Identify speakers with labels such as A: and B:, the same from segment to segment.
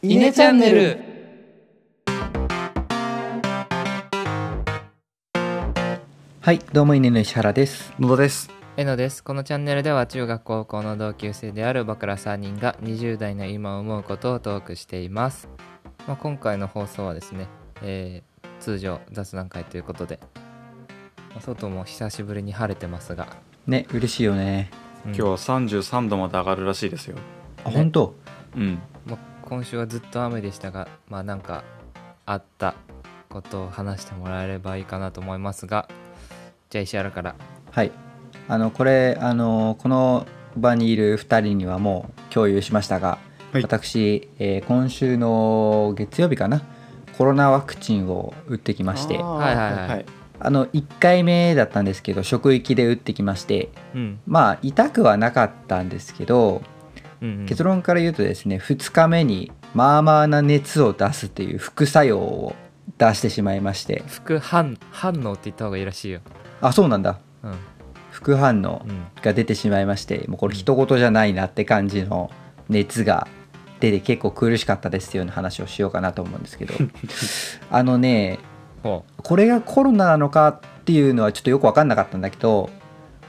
A: イネチャンネル
B: はい、どうも、稲の石原です。
C: 野田です。
A: えのですこのチャンネルでは中学高校の同級生である僕ら3人が20代の今を思うことをトークしています、まあ、今回の放送はですね、えー通常雑談会ということで、まあ、外も久しぶりに晴れてますが、
B: ね、嬉しいよね。
A: うん
C: 今日は33度まで上がるらしいですよ。
B: あ、
A: ね
B: 本当。
C: うん。
A: もう今週はずっと雨でしたがまあなんかあったことを話してもらえればいいかなと思いますがじゃあ石原から
B: はい。あの、これ、あの、この場にいる二人にはもう共有しましたが。
C: はい
B: 私、えー今週の月曜日かな。コロナワクチンを打ってきまして。あ
A: はいはいはい
C: はい。
B: の、一回目だったんですけど、職域で打ってきまして。
A: うん、
B: まあ、痛くはなかったんですけど。
A: うんうん、
B: 結論から言うとですね2日目にまあまあな熱を出すっていう副作用を出してしまいまして
A: 副反反応って言った方がいいらしいよ
B: あそうなんだ
A: うん
B: 副反応
A: うん
B: が出てしまいましてもうこれ一事じゃないなって感じの熱が出て結構苦しかったですような話をしようかなと思うんですけ どあのね
A: ほ
B: これがコロナなのかっていうのはちょっとよく分かんなかったんだけど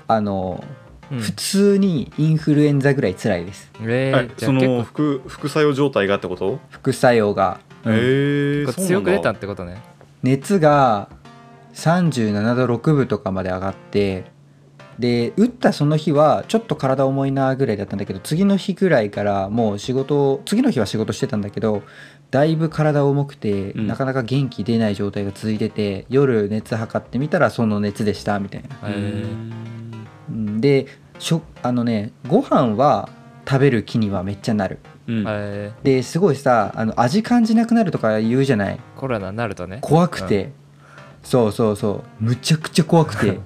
B: あの、
A: う、うん
B: 普通にインフルエンザぐらい辛いです
A: え
C: え
A: ー、じゃあ
C: そ
A: 結
C: の
A: 構
C: 副副作用状態がってこと？
B: 副作用が
C: え
A: ん
C: え
A: 結
C: ー、
A: 構強く出た
C: そうなん
A: ってことね
B: 熱が37度6分とかまで上がってで打ったその日はちょっと体重いなぐらいだったんだけど次の日ぐらいからもう仕事を次の日は仕事してたんだけどだいぶ体重くて、
C: うん
B: なかなか元気出ない状態が続いてて夜熱測ってみたらその熱でしたみたいな。
A: え
C: だう
A: ー
C: ん
B: うんでしょあのねご飯は食べる気にはめっちゃなる。
C: うん
A: え
B: ですごいさあの味感じなくなるとか言うじゃない。
A: ーコロナになるとね
B: 怖くて、そうそうそうむちゃくちゃ怖くて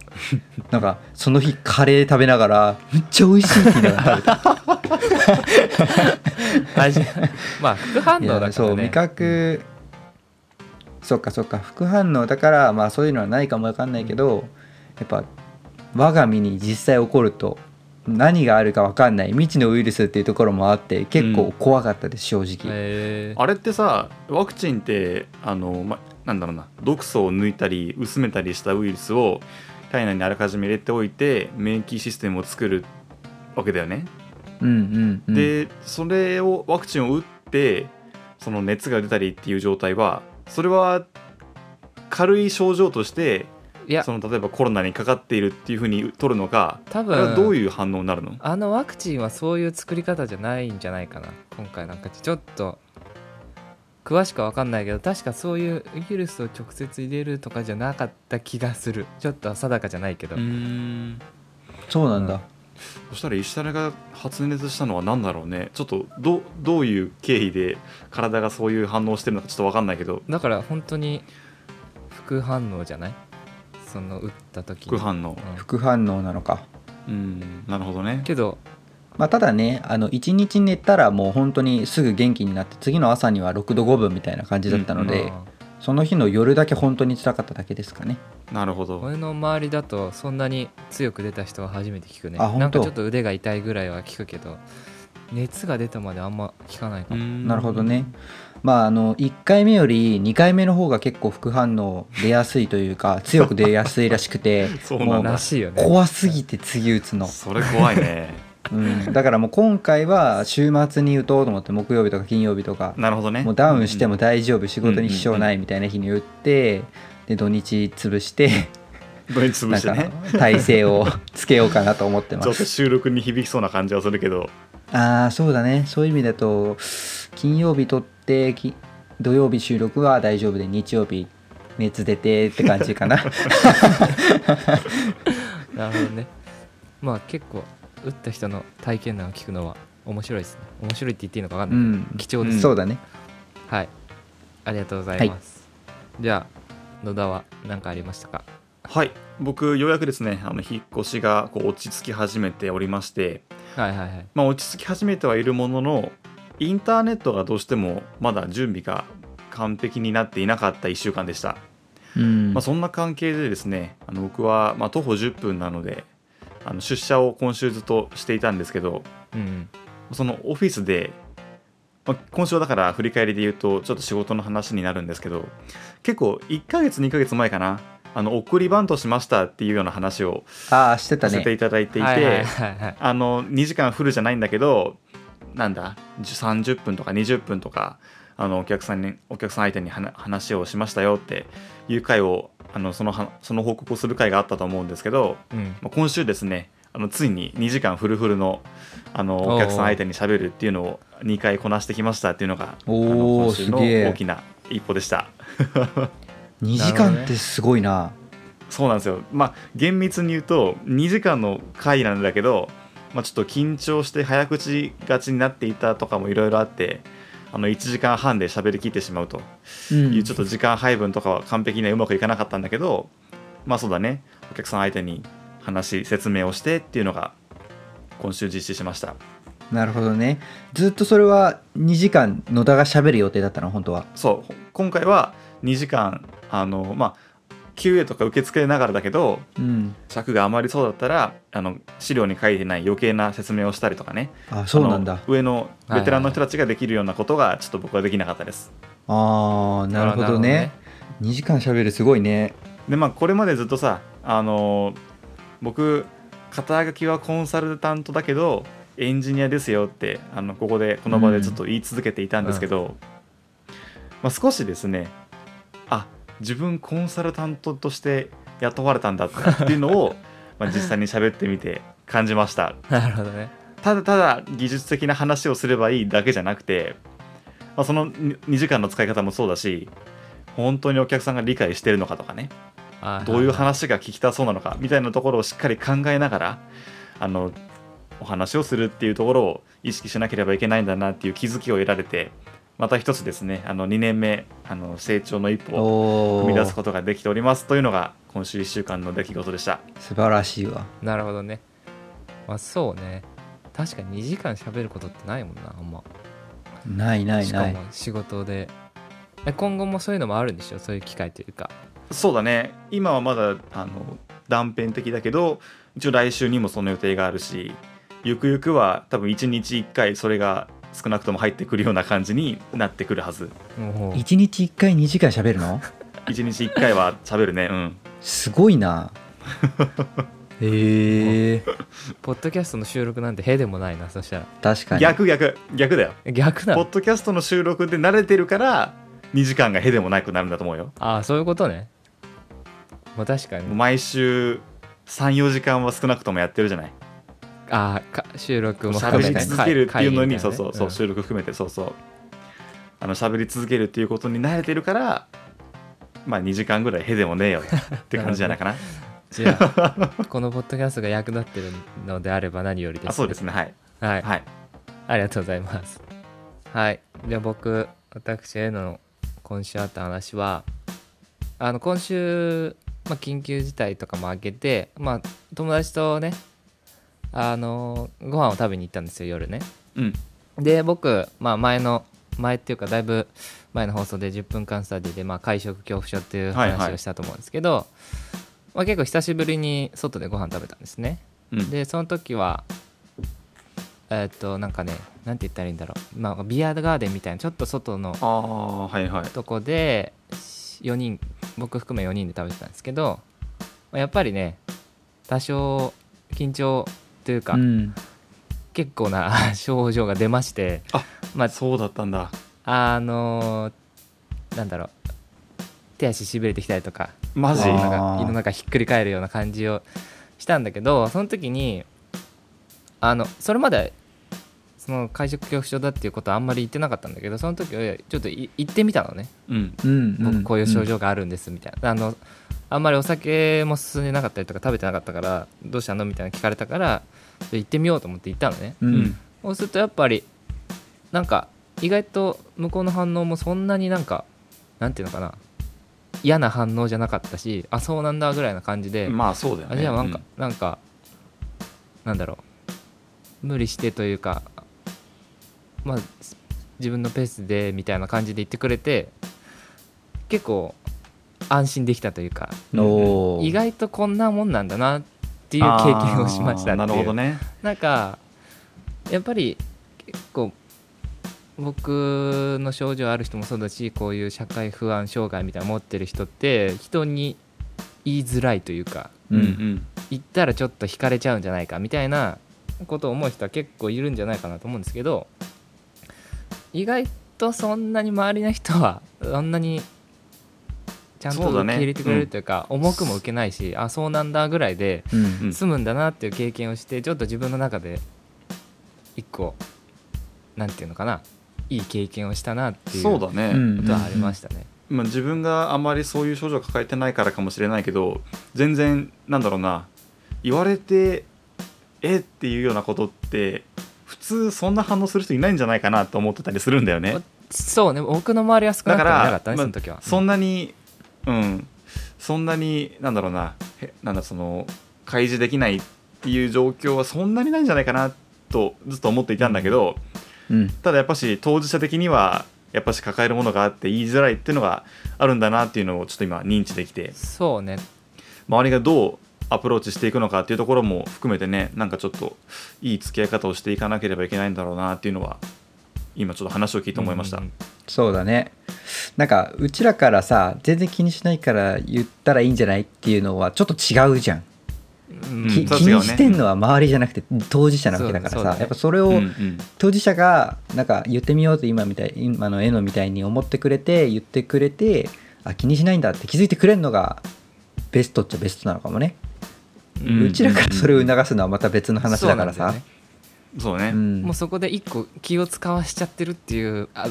B: なんかその日カレー食べながらめっちゃ美味しいって言いながら食べた
A: 味 まあ副反応
B: い
A: だか
B: や
A: らね
B: そう味覚、そっかそっか副反応だからまあそういうのはないかもわかんないけど、やっぱ我が身に実際起こると何があるかわかんない未知のウイルスっていうところもあって結構怖かったです、正直、
A: えー
C: あれってさ、ワクチンってあのまなんだろうな、毒素を抜いたり薄めたりしたウイルスを体内にあらかじめ入れておいて免疫システムを作るわけだよね。
B: うんうんうん
C: でそれをワクチンを打ってその熱が出たりっていう状態はそれは軽い症状として
A: いや
C: その例えばコロナにかかっているっていうふうに取るのか
A: 多
C: これはどう
A: 分
C: いう反応になるの
A: あのワクチンはそういう作り方じゃないんじゃないかな今回なんかちょっと詳しくは分かんないけど確かそういうウイルスを直接入れるとかじゃなかった気がするちょっと定かじゃないけど、
C: ん
B: そうなんだ、
A: うん
C: そしたら石田が発熱したのは何だろうねちょっとどどういう経緯で体がそういう反応してるのかちょっと分かんないけど
A: だから本当に副反応じゃないその打った時に
C: 副反応
A: うん
B: 副反応なのか
C: うんなるほどね
A: けど
B: まあ、ただねあの1日寝たらもう本当にすぐ元気になって次の朝には6度5分みたいな感じだったので、
A: まあ
B: その日の夜だけ本当に辛かっただけですかね
C: なるほど
A: 俺の周りだとそんなに強く出た人は初めて聞くね
B: あ本当
A: なんかちょっと腕が痛いぐらいは聞くけど熱が出たまであんま聞かないかも、
B: な
C: な
B: るほどねまああの1回目より2回目の方が結構副反応出やすいというか強く出やすいらしくて
C: そうなん
B: も
C: だ
A: らしいよね
B: 怖すぎて次打つの、
C: それ怖い ね
B: うん、だからもう今回は週末に打とうと思って木曜日とか金曜日とか
C: なるほどね
B: もうダウンしても大丈夫仕事に支障ないみたいな日に打ってで土日潰して
C: どれ潰
B: なん
C: して
B: か
C: ね
B: 体勢 をつけようかなと思ってま
C: ちょっと
B: す。
C: 収録に響きそうな感じはするけど、
B: ああそうだねそういう意味だと金曜日撮ってき土曜日収録は大丈夫で日曜日熱出てって感じか な。
A: なるほどねまあ結構打った人の体験談を聞くのは面白いですね面白いって言っていいのか分か
B: うん
A: ないけど、
B: ん
A: 貴重です、
B: そうだね。
A: はいありがとうございます、じゃあ野田は何かありましたか
C: はい、僕、ようやくですね、あの引っ越しがこう落ち着き始めておりまして、
A: はいはいはい
C: まあ、落ち着き始めてはいるものの、インターネットがどうしてもまだ準備が完璧になっていなかった1週間でした。
B: うん
C: まあ、そんな関係でですね、あの僕はまあ徒歩10分なので、あの出社を今週ずっとしていたんですけど、
A: うんうん
C: そのオフィスでまあ、今週はだから振り返りで言うとちょっと仕事の話になるんですけど結構1ヶ月2ヶ月前かなあの送りバントしましたっていうような話を
B: ああしてた
C: させ
B: ね
C: ていただいていて、
A: はいはいはいはい
C: あの2時間フルじゃないんだけどなんだ30分とか20分とかあのお客さんにお客さん相手に話話をしましたよっていう回をあのそのはその報告をする回があったと思うんですけど、
A: うん
C: まあ、今週ですねあのついに2時間フルフルのあの
A: おー
C: お客さん相手に喋るっていうのを2回こなしてきましたっていうのがあ
B: おー
C: の今週の
B: すげえ
C: 大きな一歩でした。
B: 2時間ってすごいな
C: そうなんですよまあ厳密に言うと2時間の回なんだけど、まあ、ちょっと緊張して早口がちになっていたとかもいろいろあってあの1時間半で喋りきってしまうと
B: うん
C: いうちょっと時間配分とかは完璧にはうまくいかなかったんだけどまあそうだねお客さん相手に話説明をしてっていうのが今週実施しました
B: なるほどねずっとそれは2時間野田が喋る予定だったの本当は
C: そうほ今回は2時間あのまあ QA とか受け付けながらだけど
B: うん
C: 尺が余りそうだったらあの資料に書いてない余計な説明をしたりとかね
B: あそうなんだ
C: あの上のベテランの人たちができるようなことがちょっと僕はできなかったです。
B: あーなるほどね2時間喋るすごいね
C: でまあこれまでずっとさあのー僕肩書きはコンサルタントだけどエンジニアですよってあのここでこの場でちょっと言い続けていたんですけど、まあ、少しですねあ自分コンサルタントとして雇われたんだったっていうのをまあ実際に喋ってみて感じました。
A: なるほどね
C: ただただ技術的な話をすればいいだけじゃなくて、まあ、そのに2時間の使い方もそうだし本当にお客さんが理解してるのかとかね
A: あー
C: どういう話が聞きたそうなのかみたいなところをしっかり考えながらあのお話をするっていうところを意識しなければいけないんだなっていう気づきを得られてまた一つですねあの2年目あの成長の一歩を
B: お
C: 踏み出す
B: ー
C: ことができておりますというのが今週1週間の出来事でした。
B: 素晴らしいわ
A: なるほどねまあそうね確かに2時間喋ることってないもんなあんま
B: ないない
A: しか
B: ない
A: も仕事でえ今後もそういうのもあるんでしょそういう機会というか
C: そうだね今はまだあの断片的だけど一応来週にもその予定があるしゆくゆくは多分1日1回それが少なくとも入ってくるような感じになってくるはず
A: もう
B: 1日1回2時間喋るの
C: 1日1回は喋るねうん
B: すごいな へえ
A: ポッドキャストの収録なんてへでもないなそしたら
B: 確かに
C: 逆逆逆だよ
A: 逆な
C: ポ
A: の
C: ッドキャストの収録で慣れてるから2時間がへでもなくなるんだと思うよ
A: ああそういうことねまあ確かに
C: 毎週34時間は少なくともやってるじゃない
A: ああか収録も含
C: 喋
A: め
C: り
A: て
C: 続けるっていうのに、
A: 会
C: そう
A: 会議
C: そ
A: み
C: う
A: たい
C: そ
A: な
C: う、
A: ね
C: 収録含めてそうそうあの喋り続けるっていうことに慣れてるからまあ2時間ぐらいへでもねえよって感じじゃない かな
A: じゃあこのポッドキャストが役立ってるのであれば何よりです、
C: あそうですねはい
A: はい、
C: はい
A: ありがとうございますはいじゃあ僕私への今週あった話はあの今週、まあ、緊急事態とかも明けてまあ友達とねあのご飯を食べに行ったんですよ夜ね
C: うん
A: で僕、まあ、前の前っていうかだいぶ前の放送で10分間スタディで、まあ、会食恐怖症っていう
C: はい
A: 話
C: は
A: を
C: い
A: したと思うんですけど、まあ、結構久しぶりに外でご飯食べたんですね
C: うん
A: でその時はえーっとなんかねなんて言ったらいいんだろう、まあ、ビアガーデンみたいなちょっと外の
C: ああはいはい
A: とこで4人僕含め4人で食べてたんですけどまあやっぱりね多少緊張というか、
B: うん
A: 結構な 症状が出まして
C: あ
A: まあ
C: そうだったんだ
A: あのーなんだろう手足しびれてきたりとか
C: マジ
A: 胃の
B: あ
A: 中
B: ー
A: 胃の中ひっくり返るような感じをしたんだけどその時にあのそれまでその会食恐怖症だっていうことはあんまり言ってなかったんだけどその時ちょっとい言ってみたのね
C: うん
B: うん
A: 僕こういう症
B: ん
A: 状があるんですみたいな、あのあんまりお酒も進んでなかったりとか食べてなかったからどうしたのみたいなの聞かれたから行ってみようと思って行ったのね、
B: う、
C: うんん
A: そうするとやっぱりなんか意外と向こうの反応もそんなになんかなんていうのかな嫌な反応じゃなかったしあそうなんだぐらいな感じで、
C: まあそうだよ
A: あ
C: ね
A: じゃあなんか、なんかなんだろう無理してというかまあす自分のペースでみたいな感じで言ってくれて結構安心できたというか
C: うん
B: おー
A: 意外とこんなもんなんだなっていう
C: あ
A: 経
C: ー
A: 験をしましたっていう
C: なるほどね
A: なんかやっぱり結構僕の症状ある人もそうだしこういう社会不安障害みたいなの持ってる人って人に言いづらいというか
B: う
C: うんん
B: う
C: うんん
A: 言ったらちょっと惹かれちゃうんじゃないかみたいなことを思う人は結構いるんじゃないかなと思うんですけど意外とそんなに周りの人はそんなにちゃんと
C: そうだ
A: 受
C: ね
A: け入れてくれるというか重くも受けないしあそうなんだぐらいで
B: うん
C: うん
A: 済むんだなっていう経験をしてちょっと自分の中で一個なんていうのかないい経験をしたなっていう
C: そう
A: こ
C: だね、
B: うん
A: とはありましたね。
C: まあ、自分があまりそういう症状を抱えてないからかもしれないけど全然なんだろうな言われてえっていうようなことって普通そんな反応する人いないんじゃないかなと思ってたりするんだよね。
A: そうね僕の周りは少なくともいなかったね
C: だからまあ
A: その時は。
C: そんなにうんそんなになんだろうなへなんだその開示できないっていう状況はそんなにないんじゃないかなとずっと思っていたんだけど
B: うん
C: ただやっぱし当事者的にはやっぱし抱えるものがあって言いづらいっていうのがあるんだなっていうのをちょっと今認知できて
A: そうね
C: 周りがどうアプローチしていくのかっていうところも含めてねなんかちょっといい付き合い方をしていかなければいけないんだろうなっていうのは今ちょっと話を聞いて思いました、
A: うん
B: そうだねなんかうちらからさ全然気にしないから言ったらいいんじゃないっていうのはちょっと違うじゃん、
A: うん
B: き
C: うんそ
B: 気
C: れは違う
B: に
C: ね
B: してんのは周りじゃなくて当事者なわけだから
A: そう
B: さ
A: だそうだね
B: やっぱそれを、
C: うんうん
B: 当事者がなんか言ってみようと今みたい今の絵のみたいに思ってくれて言ってくれてあ気にしないんだって気づいてくれるのがベストっちゃベストなのかもね、
A: う
B: うんちらからそれを促すのはまた別の話だから
A: そうな
B: さ
A: んだよね
C: そうね、
B: うん
A: もうそこで一個気を使わしちゃってるっていうあ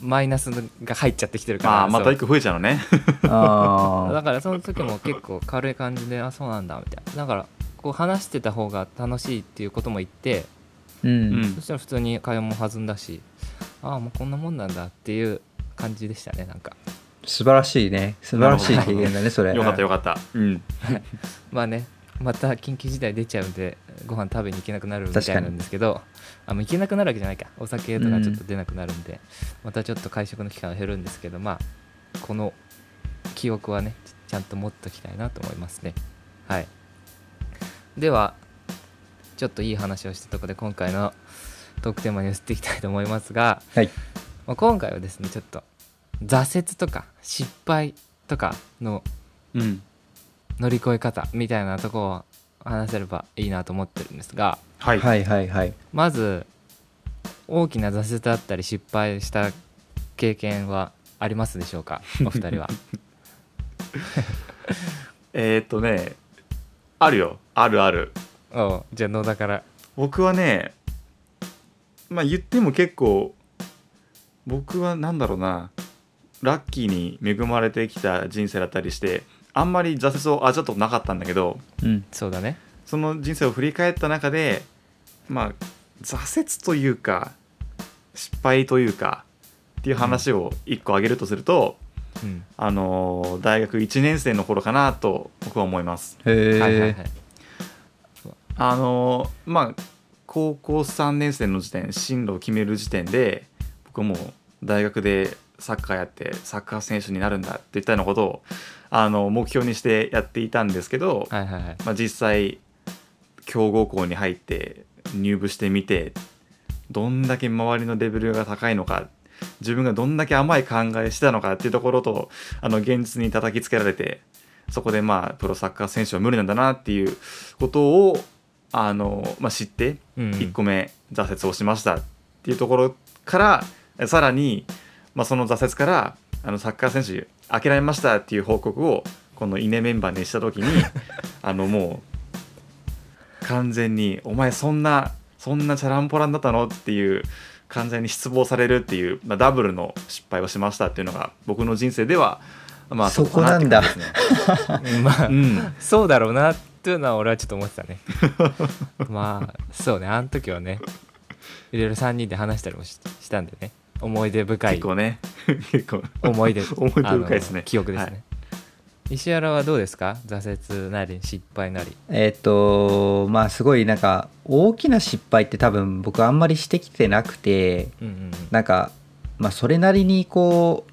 A: マイナスが入っちゃってきてるから
C: まあまた
A: そう
C: 一個増えちゃうのね
A: だ
B: あ
A: からその時も結構軽い感じであそうなんだみたいなだからこう話してた方が楽しいっていうことも言って
B: ーうん、
C: うん
A: そしたら普通に会話も弾んだしああもうこんなもんなんだっていう感じでしたねなんか
B: 素晴らしいね素晴らしい経験だねそれ
C: よかったよかった、うん、
A: まあねまた緊急事態出ちゃうんでご飯食べに行けなくなるみたいなんですけどあもう行けなくなるわけじゃないかお酒とかちょっと出なくなるんで、またちょっと会食の期間は減るんですけどまあこの記憶はねちちゃんと持っときたいなと思いますねはいではちょっといい話をしたところで今回のトークテーマに移っていきたいと思いますが、
B: はい
A: まあ、今回はですねちょっと挫折とか失敗とかの
C: うん、
A: 乗り越え方みたいなとこを話せればいいなと思ってるんですが
C: はい、
B: はいはいはい
A: まず大きな挫折だったり失敗した経験はありますでしょう かお二人は
C: えーっとねあるよあるある
A: おうじゃあ野田から
C: 僕はねまあ言っても結構僕はなんだろうなラッキーに恵まれてきた人生だったりしてあんまり挫折を味わったことなかったんだけど
B: うん
A: そうだね
C: その人生を振り返った中でまあ挫折というか失敗というかっていう話を一個挙げるとすると、
A: うん
C: あのー大学1年生の頃かなと僕は思います。
B: へえ、
A: はいはいはい
C: あのーまあ高校3年生の時点進路を決める時点で僕はもう大学でサッカーやってサッカー選手になるんだっていったようなことをあの目標にしてやっていたんですけど、
A: はいはいはい
C: まあ、実際強豪校に入って入部してみてどんだけ周りのレベルが高いのか自分がどんだけ甘い考えしてたのかっていうところとあの現実に叩きつけられてそこでまあプロサッカー選手は無理なんだなっていうことをあの、まあ、知って
A: うん
C: 1個目挫折をしましたっていうところからえさらに、まあ、その挫折からあのサッカー選手諦めましたっていう報告をこのイネメンバーにし た時にあのもう完全に「お前そんなそんなチャランポランだったの?」っていう完全に失望されるっていう、まあ、ダブルの失敗をしましたっていうのが僕の人生ではまあ
B: そこなんだ
C: そこかなっ て
A: まあ、
C: 感じですね
A: そうだろうなっていうのは俺はちょっと思ってたね まあそうねあの時はねいろいろ3人で話したりもししたんでね思い出
C: うん、
A: 深い
C: 結構ね結構
A: 思い出
C: 思い出深いですね
A: あの記憶ですね、
C: は
A: 石原はどうですか挫折なり失敗なり
B: えーっとまあすごいなんか大きな失敗って多分僕あんまりしてきてなくて
A: うんうん
B: なんか、まあ、それなりにこ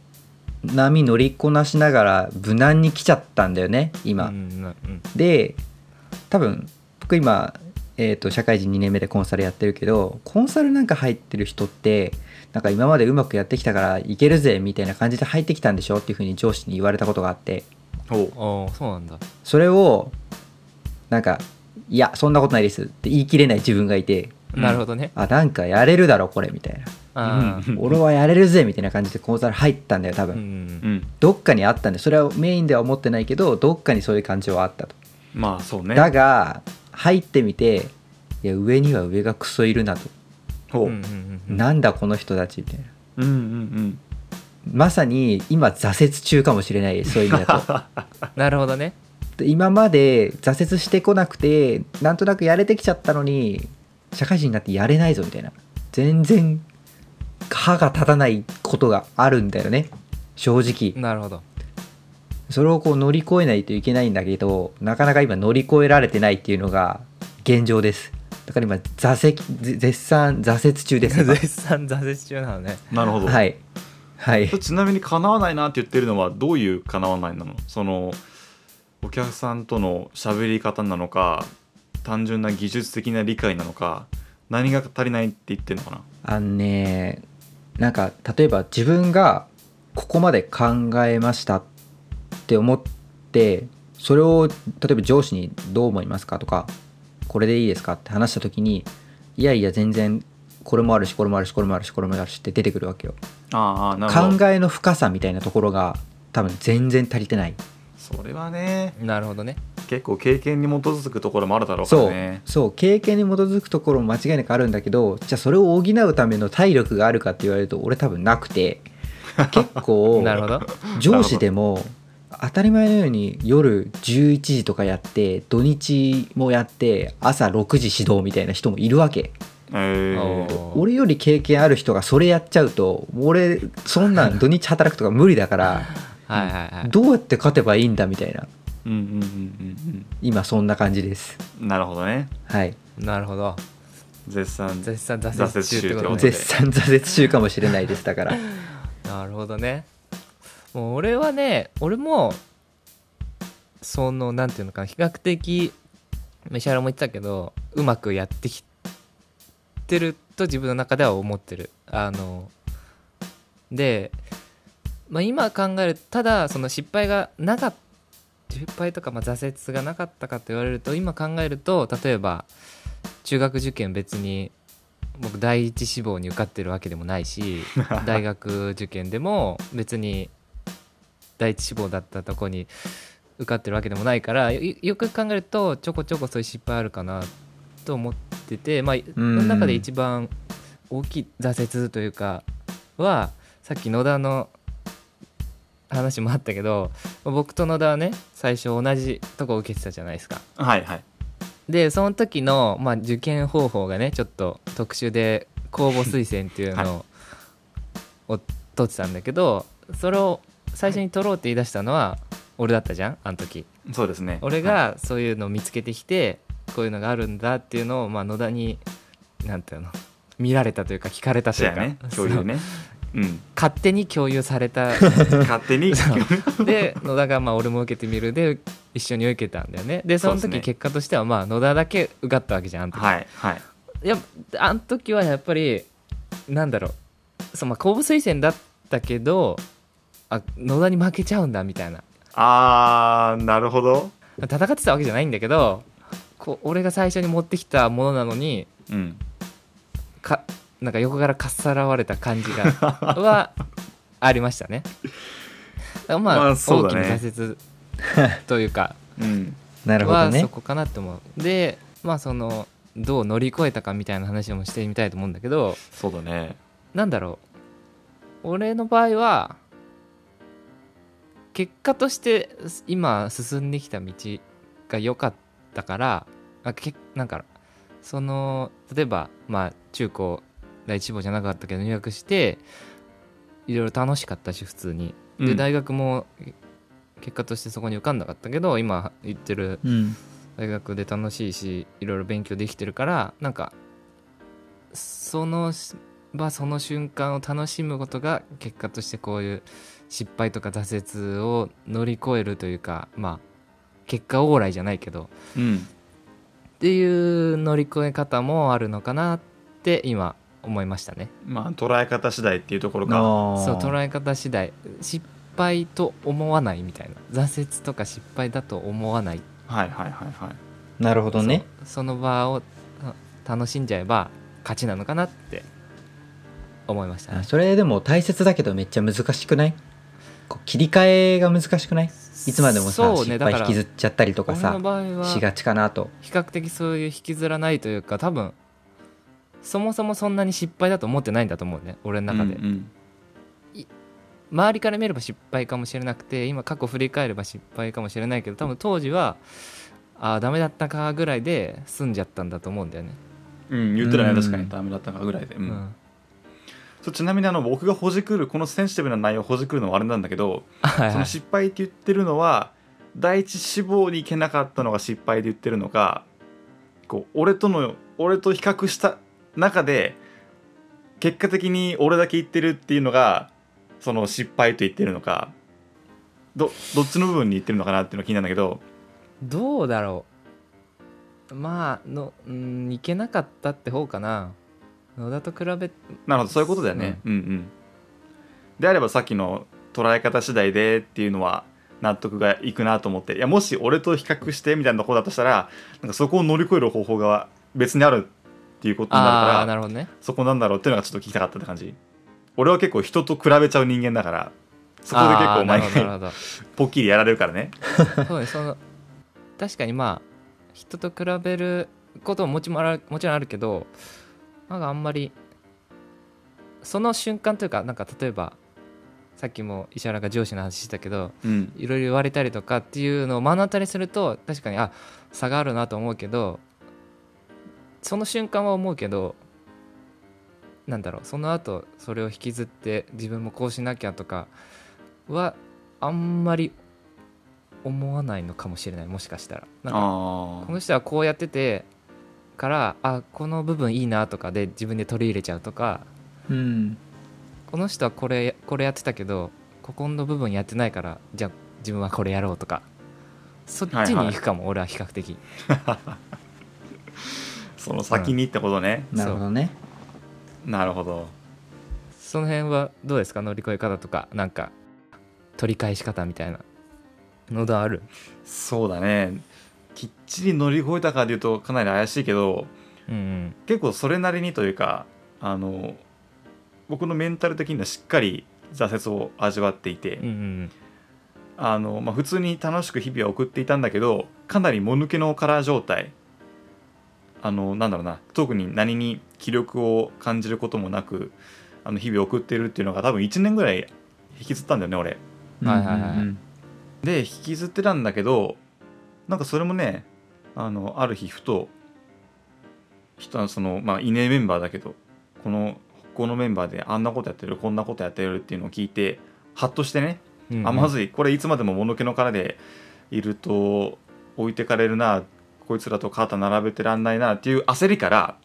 B: う波乗りこなしながら無難に来ちゃったんだよね
A: うん
B: 今、
A: うんうん
B: で多分僕今、えー、と社会人2年目でコンサルやってるけどコンサルなんか入ってる人ってなんか今までうまくやってきたからいけるぜみたいな感じで入ってきたんでしょっていうふうに上司に言われたことがあって
C: ほう
A: おおそうなんだ
B: それをなんか「いやそんなことないです」って言い切れない自分がいて
C: うん
A: なるほどね
B: 「あなんかやれるだろこれ」みたいな
A: あ
C: う
A: ー
B: 「
C: ん
B: 俺はやれるぜ」みたいな感じでコンサル入ったんだよ多
A: う
B: 分、
A: ん
C: うん
B: どっかにあったんでそれはメインでは思ってないけどどっかにそういう感情はあったと
C: まあそうね
B: だが入ってみていや上には上がクソいるなと、
C: ほ
A: う
C: ううんん
A: うん
B: なんだこの人たちみたいな
C: うんうん
B: まさに今挫折中かもしれないそういう意 味だと
A: なるほどね
B: で今まで挫折してこなくてなんとなくやれてきちゃったのに社会人になってやれないぞみたいな全然歯が立たないことがあるんだよね正直
A: なるほど
B: それをこう乗り越えないといけないんだけどなかなか今乗り越えられてないっていうのが現状ですだから今挫折絶絶賛挫折中です今
A: 絶賛挫折中なのね
C: なるほど、
B: はいはい
C: ちなみに叶わないなって言ってるのはどういう叶わないなのそのお客さんとの喋り方なのか単純な技術的な理解なのか何が足りないって言ってるのかな
B: あのねなんか例えば自分がここまで考えましたって思ってそれを例えば上司にどう思いますかとかこれでいいですかって話した時にいやいや全然これもあるしこれもあるしこれもあるしこれもあるしって出てくるわけよ
C: あーあーなるほど
B: 考えの深さみたいなところが多分全然足りてない
C: それはね
A: なるほどね
C: 結構経験に基づくところもあるだろうから
B: そう
C: ね
B: そう経験に基づくところも間違いなくあるんだけどじゃあそれを補うための体力があるかって言われると俺多分なく て結構
A: なるほど
B: 上司でも当たり前のように夜11時とかやって土日もやって朝6時指導みたいな人もいるわけ
C: え
A: お
C: ー、
A: ー
B: 俺より経験ある人がそれやっちゃうと俺そんなん土日働くとか無理だから
A: はいはいはい
B: どうやって勝てばいいんだみたいな
C: うんうんうんうん
B: 今そんな感じです
C: うんなるほどね
B: はい
A: なるほど
C: 絶賛
A: 絶賛挫折中ってこと
C: 挫折中ってこと
A: ね
C: で
B: 絶賛挫折中かもしれないですだから
A: なるほどねもう俺はね俺もそのなんていうのかな比較的飯原も言ってたけどうまくやってきてると自分の中では思ってるあので、まあ、今考えるただその失敗がなかった失敗とかまあ挫折がなかったかと言われると今考えると例えば中学受験別に僕第一志望に受かってるわけでもないし大学受験でも別に第一志望だったとこに受かってるわけでもないからよよく考えるとちょこちょこそういう失敗あるかなと思っててまあその中で一番大きい挫折というかはさっき野田の話もあったけど僕と野田はね最初同じとこ受けてたじゃないですか。
C: はいはい
A: でその時の、まあ、受験方法がねちょっと特殊で公募推薦っていうのを、を取ってたんだけどそれを最初に取ろうって言い出したのは俺だったじゃんあの時
C: そうですね
A: 俺
C: はい
A: がそういうのを見つけてきてこういうのがあるんだっていうのを、まあ、野田になんていうの見られたというか聞かれたと
C: そう
A: いう
C: や
A: か
C: ね共有ねうん
A: そう勝手に共有され た
C: 勝手 に
A: そうで野田がまあ俺も受けてみるで一緒に受けたんだよねでその
C: そうです
A: 時
C: ね
A: 結果としてはまあ野田だけ受かったわけじゃんあの時
C: はいはい
A: いやあの時はやっぱりなんだろうそう、まあ、公募推薦だったけどあ野田に負けちゃうんだみたいな
C: あーなるほど
A: 戦ってたわけじゃないんだけどこう俺が最初に持ってきたものなのに
C: うん
A: かなんか横からかっさらわれた感じが はありましたね。だからまあ、
C: まあそう
A: 大
C: だ
A: き
C: ね
A: な挫折 というか
C: うん
B: なるほど
A: はそ
B: ね
A: こかなって思う。でまあそのどう乗り越えたかみたいな話もしてみたいと思うんだけど。
C: そうだね
A: なんだろう俺の場合は結果としてす今進んできた道が良かったからあけなんかその例えばまあ中高第一志望じゃなかったけど入学していろいろ楽しかったし普通にで
C: うん
A: 大学もえ結果としてそこに受かんなかったけど今行ってる
B: うん
A: 大学で楽しいしいろいろ勉強できてるからなんかそのし場その瞬間を楽しむことが結果としてこういう失敗とか挫折を乗り越えるというかまあ結果往来じゃないけど
C: うん
A: っていう乗り越え方もあるのかなって今思いましたね
C: まあ捉え方次第っていうところか
A: そう
B: そう
A: 捉え方次第失敗と思わないみたいな挫折とか失敗だと思わない
C: はいはいはいはい
B: なるほどね
A: そうその場をあ楽しんじゃえば勝ちなのかなって思いました
B: あ
A: ね
B: それでも大切だけどめっちゃ難しくないこう切り替えが難しくないいつまでもさ、
A: そうね
B: 失
A: だ
B: 敗
A: から
B: 引きずっちゃったりとか
A: 俺
B: さ
A: の場合は
B: しがちかなと
A: 比較的そういう引きずらないというか多分そもそもそんなに失敗だと思ってないんだと思うね俺の中で、
C: うんうん
A: 周りから見れば失敗かもしれなくて今過去振り返れば失敗かもしれないけど多分当時はああダメだったかぐらいで済んじゃったんだと思うんだよね、
C: うん、言ってたら
B: うん
C: 確かにダメだったかぐらいで、う
A: うんん
C: そうちなみにあの僕がほじくるこのセンシティブな内容をほじくるのはあれなんだけど、
A: はい
C: そ
A: は
C: の
A: い
C: 失敗って言ってるのは第一志望に行けなかったのが失敗で言ってるのかこう俺との俺と比較した中で結果的に俺だけ言ってるっていうのがその失敗と言ってるのかどどっちの部分に言ってるのかなっていうのが気になるんだけど
A: どうだろうまあのうんいけなかったって方かな野田と比べ
C: なるほどそういうことだよね、うん、うんであればさっきの捉え方次第でっていうのは納得がいくなと思っていやもし俺と比較してみたいなとこだとしたらなんかそこを乗り越える方法が別にあるっていうことになる
A: ああ
C: か
A: な
C: ら
A: るほどね
C: そこなんだろうっていうのがちょっと聞きたかったって感じ俺は結構人と比べちゃう人間だからそこで結
A: あー
C: 構毎
A: な
C: 回
A: るほどなる
C: ポッキリやられるからね
A: ほどそうねその確かにまあ人と比べることももちろんあるもちろんあるけどなんかあんまりその瞬間というかなんか例えばさっきも石原が上司の話したけど
C: うん
A: いろいろ言われたりとかっていうのを目の当たりすると確かにあ差があるなと思うけどその瞬間は思うけどなんだろうその後それを引きずって自分もこうしなきゃとかはあんまり思わないのかもしれないもしかしたら。なんか
C: あ
A: こ
C: ー
A: の人はこうやっててからあこの部分いいなとかで自分で取り入れちゃうとか
B: うん
A: この人はこれこれやってたけどここの部分やってないからじゃあ自分はこれやろうとかそっちに行くかも、俺は比較的
C: その先にってことね、
B: なるほどね
C: なるほど
A: その辺はどうですか乗り越え方とかなんか取り返し方みたいなのだある
C: そうだねきっちり乗り越えたかでいうとかなり怪しいけど
A: うん
C: 結構それなりにというかあの僕のメンタル的にはしっかり挫折を味わっていて、
A: うんうんうん
C: あのまあ、普通に楽しく日々は送っていたんだけどかなりもぬけの殻状態あのなんだろうな特に何に気力を感じることもなくあの日々送っているっていうのが多分1年ぐらい引きずったんだよね俺。
A: はいはいはい
B: うんうん
C: で引きずってたんだけどなんかそれもねあのある日ふと人はそのまあいねえメンバーだけどこのこのメンバーであんなことやってるこんなことやってるっていうのを聞いてハッとしてね、
A: うんうん
C: あまずいこれいつまでももぬけの殻でいると置いてかれるなこいつらと肩並べてらんないなっていう焦りから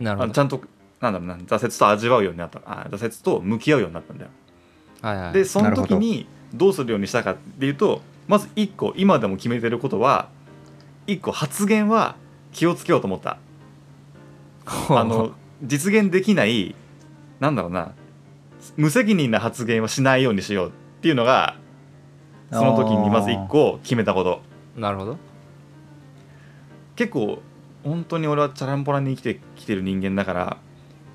A: なるほ
C: あち
A: ど
C: ゃんとなんだろうな挫折と味わうようになったあ挫折と向き合うようになったんだよ。
A: はいはい
C: でそ
B: な
C: の
B: るほど
C: 時にどうするようにしたかっていうとまず1個今でも決めてることは1個発言は気をつけようと思った
A: ほう
C: あの実現できないなんだろうな無責任な発言はしないようにしようっていうのがその時にまず1個決めたこと
A: なるほど
C: 結構本当に俺はチャランポランに生きてきてる人間だから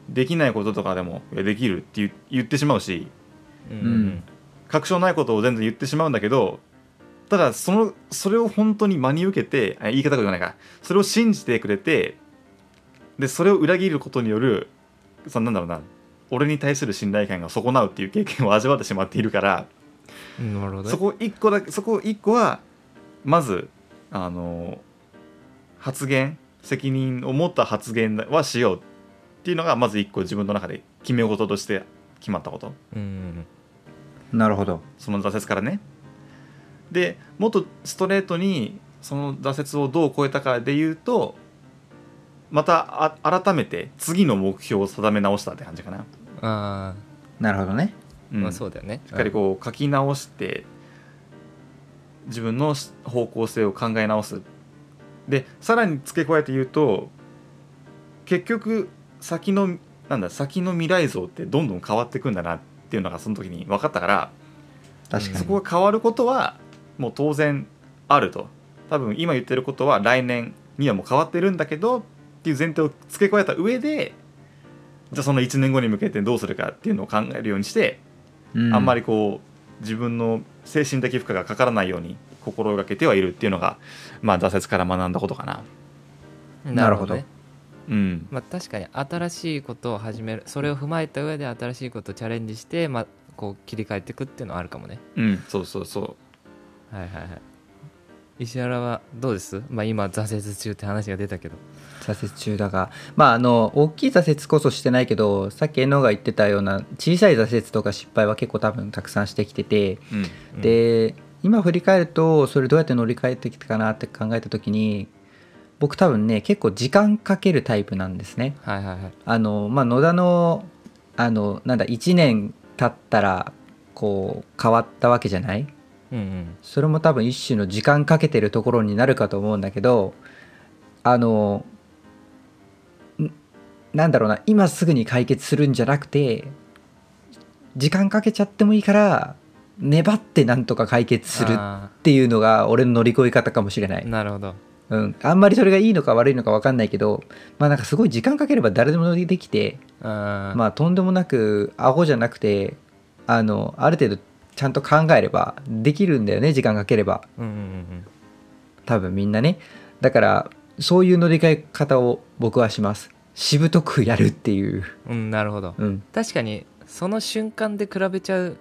C: できないこととかでもいやできるって言言ってしまうし
A: うん
C: 確証ないことを全然言ってしまうんだけどただそのそれを本当に真に受けてあ言い方がじゃないかそれを信じてくれてでそれを裏切ることによるそのなんだろうな俺に対する信頼感が損なうっていう経験を味わってしまっているから
A: うんなるほどね
C: そこ一個だけそこ一個はまずあの発言責任を持った発言はしようっていうのがまず一個自分の中で決め事として決まったこと。
A: うんうん
B: なるほど
C: その挫折からねでもっとストレートにその挫折をどう超えたかで言うとまたあ改めて次の目標を定め直したって感じかな、
A: うんあ
B: なるほどね
C: う
A: ー
C: ん
A: まあそうだよね
C: しっかりこう書き直して自分のし方向性を考え直すでさらに付け加えて言うと結局先のなんだ先の未来像ってどんどん変わっていくんだなっていうのがその時に分かったから
B: 確か
C: そ
B: に
C: こが変わることはもう当然あると多分今言ってることは来年にはもう変わってるんだけどっていう前提を付け加えた上でじゃあその1年後に向けてどうするかっていうのを考えるようにして、
B: う
C: あんまりこう自分の精神的負荷がかからないように心がけてはいるっていうのがまあ挫折から学んだことかな。
B: なるほど
A: ね
C: うん、
A: まあ、確かに新しいことを始めるそれを踏まえた上で新しいことをチャレンジして、まあ、こう切り替えていくっていうのはあるかもね
C: うん、そうそうそう
A: はいはいはい石原はどうです、まあ、今挫折中って話が出たけど
B: 挫折中だがまああの大きい挫折こそしてないけどさっき江野が言ってたような小さい挫折とか失敗は結構多分たくさんしてきてて、
C: うん
B: で今振り返るとそれどうやって乗り換えてきたかなって考えた時に僕多分ね結構時間かけるタイプなんですね。
A: はいはいはい
B: あのまあ、野田のあのなんだ1年経ったらこう変わったわけじゃない
A: うんうん
B: それも多分一種の時間かけてるところになるかと思うんだけどあのんなんだろうな今すぐに解決するんじゃなくて時間かけちゃってもいいから粘ってなんとか解決するっ
A: あ
B: ていうのが俺の乗り越え方かもしれない
A: ー、なるほど
B: うん、あんまりそれがいいのか悪いのか分かんないけどまあなんかすごい時間かければ誰でもできて
A: あー
B: まあとんでもなくアホじゃなくてあのある程度ちゃんと考えればできるんだよね時間かければ
A: うんうんうん
B: 多分みんなねだからそういう乗り換え方を僕はしますしぶとくやるっていう、
A: うんうんなるほど
B: うん、
A: 確かにその瞬間で比べちゃう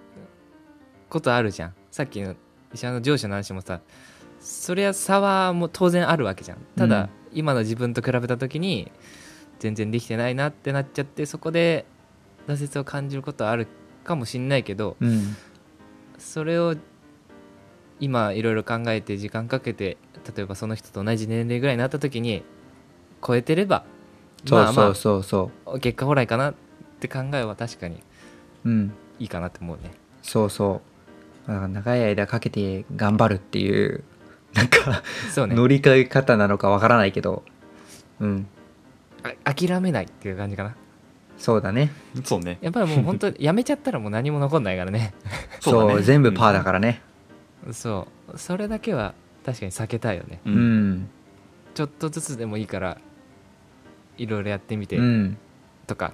A: ことあるじゃんさっきの医者の上司の話もさそりゃ差はもう当然あるわけじゃんただ、
B: うん
A: 今の自分と比べた時に全然できてないなってなっちゃってそこで挫折を感じることはあるかもしんないけど
B: うん、
A: それを今いろいろ考えて時間かけて例えばその人と同じ年齢ぐらいになった時に超えてれば
B: そう
A: まあ
B: そうそうそう、
A: まあ結果オーライかなって考えは確かに
B: うん、
A: いいかなって思うね
B: そうそうだから長い間かけて頑張るっていうなんか
A: そうね
B: 乗り換え方なのかわからないけどうん
A: あ諦めないっていう感じかな
B: そうだね
C: そうね
A: やっぱりもう本当やめちゃったらもう何も残んないからね
B: そう
C: そうだね
B: 全部パーだからね
A: そうそれだけは確かに避けたいよね
C: う、
B: うんん
A: ちょっとずつでもいいからいろいろやってみて
B: うん
A: とか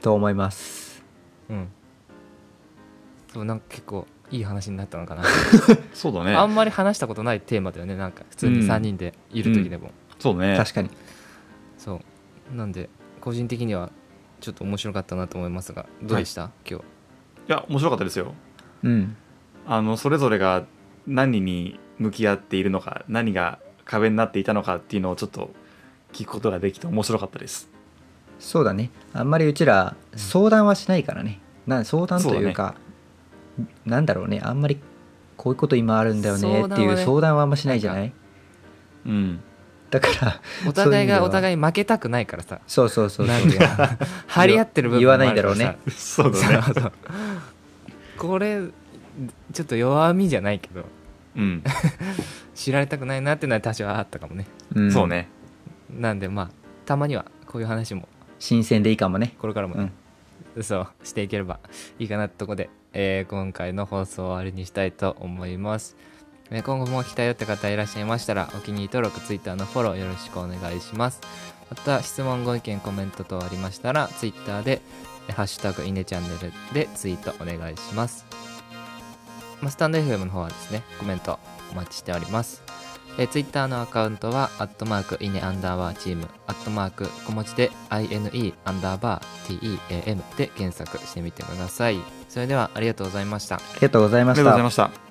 B: と思います
A: うん、そうなんか結構いい話になったのかな、
C: そうだね
A: あんまり話したことないテーマだよねなんか普通に
C: うん
A: 3人でいる時でも、
C: そうね
B: 確かに
A: そうなんで個人的にはちょっと面白かったなと思いますがどうでした、今日
C: いや面白かったですよ
B: うん
C: あのそれぞれが何に向き合っているのか何が壁になっていたのかっていうのをちょっと聞くことができて面白かったです
B: そうだねあんまりうちら相談はしないからねな相談というかなんだろうねあんまりこういうこと今あるんだよね
A: 相
B: って
A: 談
B: い
A: は
B: う
A: ね
B: 相談はあんましないじゃない
C: うん
B: だから
A: お互い
B: そういう意味で
A: が
B: は
A: お互い負けたくないからさ
B: そうそうそう
A: なんていうの張り合ってる部分もあるからさ
B: 言わないんだろ
C: そう
A: そう
C: だね
A: そうそうこれちょっと弱みじゃないけど
C: うん
A: 知られたくないなってのは多少あったかもね
B: うん
C: そうね
A: なんでまあたまにはこういう話も
B: 新鮮でいいかもね
A: これからもね、そうしていければいいかなってとこで、えー今回の放送を終わりにしたいと思いますえー今後も聞きたいよって方いらっしゃいましたらお気に入り登録 Twitter のフォローよろしくお願いしますまた質問ご意見コメント等ありましたら Twitter で「えーハッシュタグイネチャンネル」でツイートお願いしますまあスタンド FM の方はですねコメントお待ちしておりますえー、Twitter のアカウントは、アットマーク、イネアンダーバーチーム、アットマーク、小文字で、ine アンダーバー team で検索してみてください。それでは、ありがとうございました。
B: ありがとうござい
C: あ
B: ま
C: り
B: し
C: がとうござ
B: た
C: いました